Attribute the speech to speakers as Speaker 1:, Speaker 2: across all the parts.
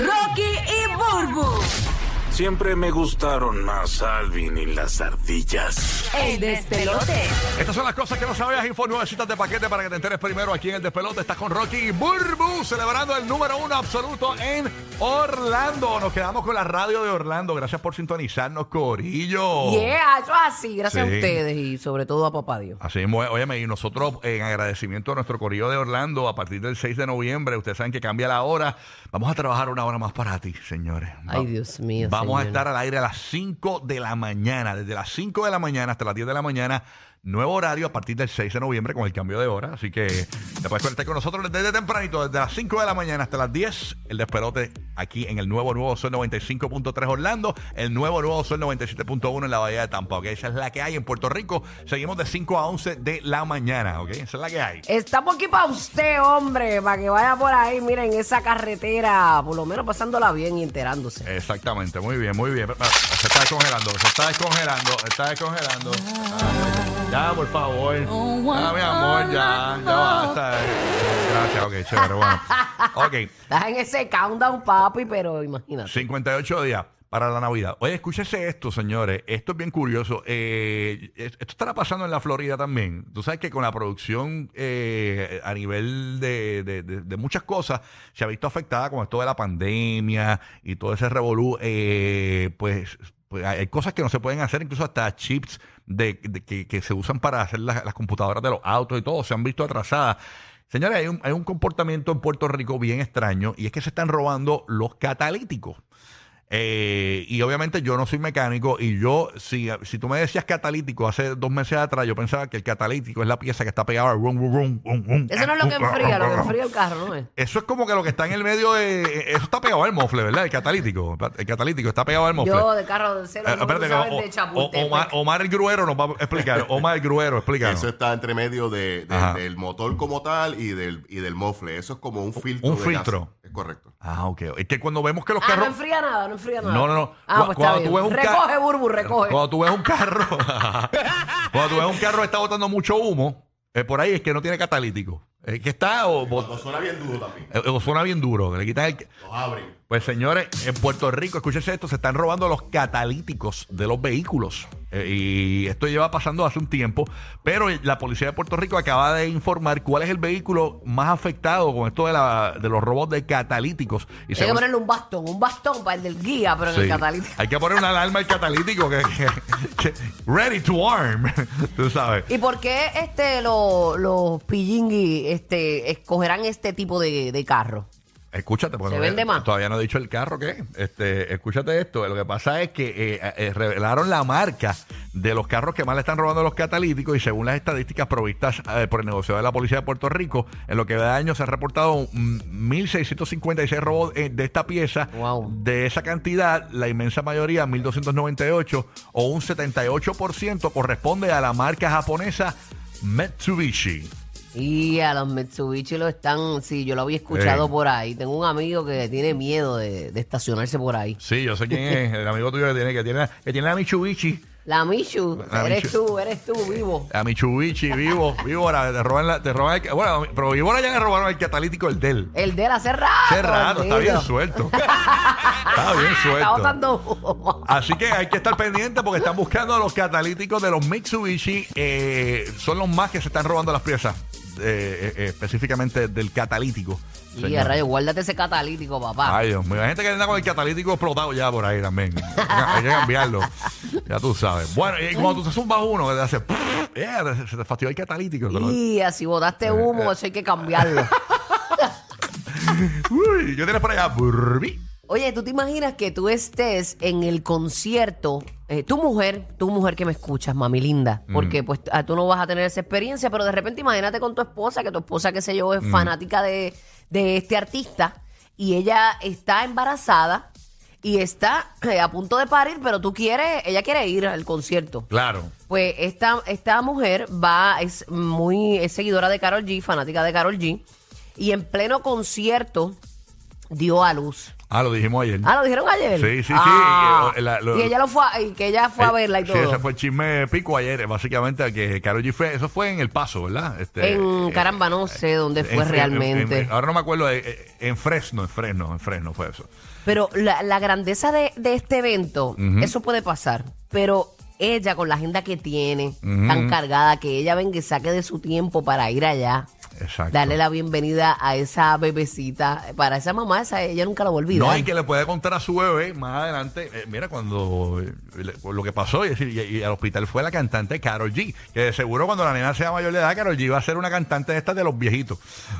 Speaker 1: Rocky y Burbu,
Speaker 2: Siempre me gustaron más Alvin y las ardillas.
Speaker 1: el despelote.
Speaker 3: Estas son las cosas que no sabías. Info, nuevas citas de paquete para que te enteres primero aquí en el despelote. Estás con Rocky y Burbu celebrando el número uno absoluto en Orlando. Nos quedamos con la radio de Orlando. Gracias por sintonizarnos, Corillo.
Speaker 4: Yeah, yo así, gracias
Speaker 3: Oh. Sí.
Speaker 4: a ustedes y sobre todo a papá Dios.
Speaker 3: Así mismo, es. óyeme, y nosotros eh, en agradecimiento a nuestro corrido de Orlando, a partir del 6 de noviembre, ustedes saben que cambia la hora, vamos a trabajar una hora más para ti, señores.
Speaker 4: Ay, Dios mío,
Speaker 3: Vamos a
Speaker 4: señor.
Speaker 3: estar al aire a las 5 de la mañana, desde las 5 de la mañana hasta las 10 de la mañana, nuevo horario a partir del 6 de noviembre con el cambio de hora, así que te puedes conectar con nosotros desde tempranito, desde las 5 de la mañana hasta las 10, el desperote aquí en el nuevo nuevo Sol 95.3 Orlando, el nuevo nuevo Sol 97.1 en la Bahía de Tampa, ¿ok? Esa es la que hay en Puerto Rico, seguimos de 5 a 11 de la mañana, ¿ok? Esa es la que hay.
Speaker 4: Estamos aquí para usted, hombre, para que vaya por ahí, miren, esa carretera, por lo menos pasándola bien y enterándose.
Speaker 3: Exactamente, muy bien, muy bien. Ah, Se está descongelando, se está descongelando, se está descongelando. Ay, Ya, por favor. Ya, mi amor, ya, ya basta. Gracias, ok, chévere, bueno. Ok,
Speaker 4: Estás en ese countdown, papi, pero imagínate.
Speaker 3: 58 días para la Navidad. Oye, escúchese esto, señores. Esto es bien curioso. Eh, es- esto estará pasando en la Florida también. Tú sabes que con la producción eh, a nivel de, de- de- de muchas cosas se ha visto afectada con esto de la pandemia y todo ese revolú. eh, pues, pues hay hay cosas que no se pueden hacer, incluso hasta chips de, de- que, que se usan para hacer las, las computadoras de los autos y todo se han visto atrasadas. Señores, hay un, hay un comportamiento en Puerto Rico bien extraño y es que se están robando los catalíticos. Eh, y obviamente yo no soy mecánico y yo, si, si tú me decías catalítico hace dos meses atrás, yo pensaba que el catalítico es la pieza que está pegada. al rum, rum, rum, rum, rum,
Speaker 4: Eso no es lo que
Speaker 3: ah,
Speaker 4: enfría,
Speaker 3: ah,
Speaker 4: lo que
Speaker 3: ah,
Speaker 4: enfría el carro, ¿no es?
Speaker 3: Eso es como que lo que está en el medio de... Eso está pegado al mofle, ¿verdad? El catalítico. El catalítico está pegado al mofle.
Speaker 4: Yo de carro de cero,
Speaker 3: Eh,
Speaker 4: no
Speaker 3: espérate,
Speaker 4: tú sabes de
Speaker 3: o-
Speaker 4: pues.
Speaker 3: o- Omar,
Speaker 4: Chapultepec.
Speaker 3: Omar el Gruero nos va a explicar. Omar el Gruero, explícanos.
Speaker 5: Eso está entre medio de- de-
Speaker 3: Ajá.
Speaker 5: del motor como tal y del, y del mofle. Eso es como un filtro.
Speaker 3: un
Speaker 5: de
Speaker 3: filtro.
Speaker 5: gas. Es correcto.
Speaker 3: Ah, ok. Es que cuando vemos que los
Speaker 4: Ah, no
Speaker 3: carros...
Speaker 4: enfría nada, no enfría nada.
Speaker 3: No, no, no.
Speaker 4: Ah,
Speaker 3: Cu-
Speaker 4: pues está bien.
Speaker 3: ca-
Speaker 4: recoge, Burbu, recoge.
Speaker 3: Cuando tú ves un carro, cuando tú ves un carro que está botando mucho humo, eh, por ahí es que no tiene catalítico. Es que está o, bot-
Speaker 5: Cuando suena bien duro también.
Speaker 3: eh, o suena bien duro. que Le quitan el-
Speaker 5: Los abren.
Speaker 3: Pues señores, en Puerto Rico, escúchense esto, se están robando los catalíticos de los vehículos. Eh, y esto lleva pasando hace un tiempo, pero la policía de Puerto Rico acaba de informar cuál es el vehículo más afectado con esto de, la- de los robos de catalíticos. Y
Speaker 4: Hay que
Speaker 3: según-
Speaker 4: ponerle un bastón, un bastón para el del guía, pero en el
Speaker 3: Sí.
Speaker 4: catalítico.
Speaker 3: Hay que poner una alarma al catalítico que, que- que- ready to arm, tú sabes.
Speaker 4: ¿Y por qué este, lo- los pillingui este, escogerán este tipo de, de carro?
Speaker 3: Escúchate, porque
Speaker 4: ¿Se
Speaker 3: no-
Speaker 4: vende más?
Speaker 3: todavía no he dicho el carro que es. este, escúchate esto. Lo que pasa es que eh, eh, revelaron la marca de los carros que más le están robando los catalíticos y según las estadísticas provistas eh, por el negocio de la policía de Puerto Rico, en lo que va de año se han reportado mm, 1.656 robos eh, de esta pieza.
Speaker 4: Wow.
Speaker 3: De esa cantidad, la inmensa mayoría, 1.298 o un 78%, corresponde a la marca japonesa Mitsubishi.
Speaker 4: Y a los Mitsubishi lo están, sí, yo lo había escuchado
Speaker 3: Sí.
Speaker 4: por ahí. Tengo un amigo que tiene miedo de, de estacionarse por ahí.
Speaker 3: Sí, yo sé quién es, el amigo tuyo que tiene, que tiene, que tiene la Mitsubishi.
Speaker 4: La Michu,
Speaker 3: La
Speaker 4: eres
Speaker 3: Michu.
Speaker 4: tú, eres tú, vivo.
Speaker 3: A Michubichi, vivo, víbora, te roban, la, te roban el, bueno, pero víbora ya le robaron el catalítico el del.
Speaker 4: El de la cerrada.
Speaker 3: Qué raro, está bien suelto. Está bien
Speaker 4: Está
Speaker 3: suelto.
Speaker 4: Ah, botando humo.
Speaker 3: Así que hay que estar pendiente porque están buscando a los catalíticos de los Mitsubishi. eh, son los más que se están robando las piezas, eh, eh, eh, específicamente del catalítico.
Speaker 4: Y a
Speaker 3: señor.
Speaker 4: rayo, guárdate ese catalítico, papá.
Speaker 3: Ay, Dios mío. Hay gente que anda con el catalítico explotado ya por ahí también. Hay que cambiarlo. Ya tú sabes. Bueno, y cuando tú te zumbas uno, que te hace. eh, se te fastidió el catalítico. te lo-
Speaker 4: Y si
Speaker 3: Eh,
Speaker 4: botaste humo, eso hay que cambiarlo.
Speaker 3: Uy, yo tienes por allá. Burbi.
Speaker 4: Oye, ¿tú te imaginas que tú estés en el concierto? eh, tu mujer, tu mujer que me escuchas, mami linda, porque pues ah, tú no vas a tener esa experiencia, pero de repente imagínate con tu esposa, que tu esposa, qué sé yo, es fanática de, de este artista y ella está embarazada y está eh, a punto de parir, pero tú quieres, ella quiere ir al concierto.
Speaker 3: Claro.
Speaker 4: Pues esta, esta mujer va, es muy es seguidora de Carol G, fanática de Carol G, y en pleno concierto dio a luz.
Speaker 3: Ah, lo dijimos ayer.
Speaker 4: Ah, lo dijeron ayer.
Speaker 3: Sí, sí, sí,
Speaker 4: Ah.
Speaker 3: y, eh, la- lo-
Speaker 4: y ella lo fue, a- y que ella fue a
Speaker 3: Eh,
Speaker 4: verla y todo.
Speaker 3: Sí, ese fue el chisme pico ayer, eh, básicamente, que Karol G fue, eso fue en El Paso, ¿verdad? Este,
Speaker 4: en
Speaker 3: eh,
Speaker 4: caramba, no sé dónde
Speaker 3: en-
Speaker 4: fue
Speaker 3: en-
Speaker 4: realmente.
Speaker 3: en- ahora no me acuerdo, eh, eh, en Fresno, en Fresno, en Fresno fue eso.
Speaker 4: pero la, la grandeza de, de este evento, eso puede pasar. Pero ella con la agenda que tiene, tan cargada, que ella venga y saque de su tiempo para ir allá.
Speaker 3: Exacto.
Speaker 4: Darle la bienvenida a esa bebecita. Para esa mamá, esa ella nunca la va a olvidar.
Speaker 3: No, y que le puede contar a su bebé más adelante, eh, mira, cuando eh, le- con lo que pasó, y, decir, y, y al hospital fue la cantante Carol G, que de seguro cuando la nena sea mayor de edad, Carol G va a ser una cantante de estas de los viejitos,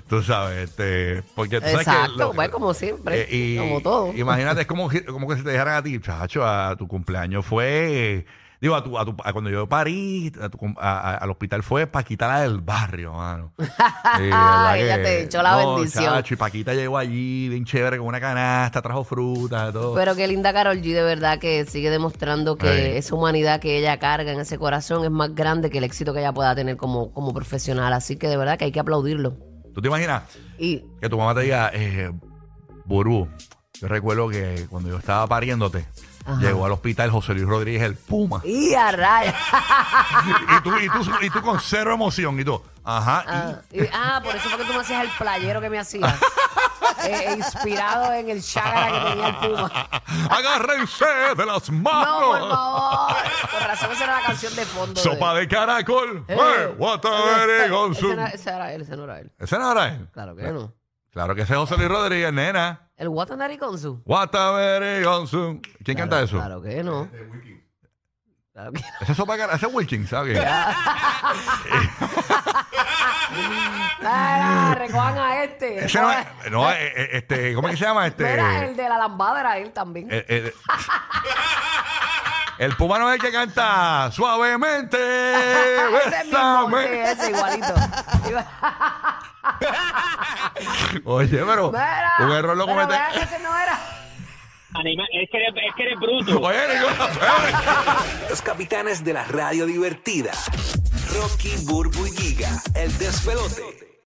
Speaker 3: tú sabes, este, porque tú sabes que
Speaker 4: Exacto,
Speaker 3: lo- eh,
Speaker 4: pues, como siempre,
Speaker 3: y-
Speaker 4: como todo.
Speaker 3: Imagínate, es como, que- como que se te dejaran a ti, chacho, a tu cumpleaños fue... Digo, a tu, a tu- a cuando yo parí, a tu cum- a- a- al hospital fue Paquita la del barrio, mano. Sí, de verdad
Speaker 4: Ella
Speaker 3: que-
Speaker 4: te echó la
Speaker 3: no,
Speaker 4: bendición.
Speaker 3: chacho, y Paquita llegó allí, bien chévere, con una canasta, trajo frutas, todo.
Speaker 4: Pero qué linda Carol G, de verdad que sigue demostrando que
Speaker 3: Ay.
Speaker 4: esa humanidad que ella carga en ese corazón es más grande que el éxito que ella pueda tener como, como profesional. Así que de verdad que hay que aplaudirlo.
Speaker 3: ¿Tú te imaginas
Speaker 4: Y
Speaker 3: que tu mamá te diga, eh, Burú, yo recuerdo que cuando yo estaba pariéndote,
Speaker 4: Ajá.
Speaker 3: llegó al hospital José Luis Rodríguez, el Puma. y,
Speaker 4: y a raya.
Speaker 3: tú, y, tú, y tú con cero emoción, y tú, ajá,
Speaker 4: Ah,
Speaker 3: y-
Speaker 4: y- ah, por eso fue que tú me hacías el playero que me hacías. Eh, inspirado en el chágara que tenía el puma.
Speaker 3: agárrense de las
Speaker 4: No, por
Speaker 3: manos.
Speaker 4: favor. Por razón esa era la canción de fondo.
Speaker 3: Sopa de caracol,
Speaker 4: Eh,
Speaker 3: eh, water con
Speaker 4: ese,
Speaker 3: su...
Speaker 4: era, ese era él, ese no era él.
Speaker 3: ¿Ese no era él?
Speaker 4: Claro que no.
Speaker 3: Claro que ese es José Luis Rodríguez, nena.
Speaker 4: El Watanari Consu.
Speaker 3: Water con su... ¿Quién canta eso?
Speaker 4: Claro que no. Claro que no.
Speaker 3: Ese es sopa de cara- ese es Wilkins, ¿sabes?
Speaker 4: Ah, recojan a este.
Speaker 3: Ese no es- no, eh, eh, este, ¿cómo es que se llama? Este,
Speaker 4: Mira, el de la lambada era él también.
Speaker 3: el, el- el Puma no es el que canta suavemente,
Speaker 4: Ese mismo, sí,
Speaker 3: bésame.
Speaker 4: ese igualito.
Speaker 3: Oye, pero
Speaker 4: Mira,
Speaker 3: un error lo
Speaker 4: pero
Speaker 3: comete.
Speaker 4: vea que ese no era.
Speaker 6: Anima, es, que eres, es que eres bruto.
Speaker 3: Oye, Nicolás,
Speaker 7: Los capitanes de la radio divertida. Rocky, Burbu y Giga, el despelote.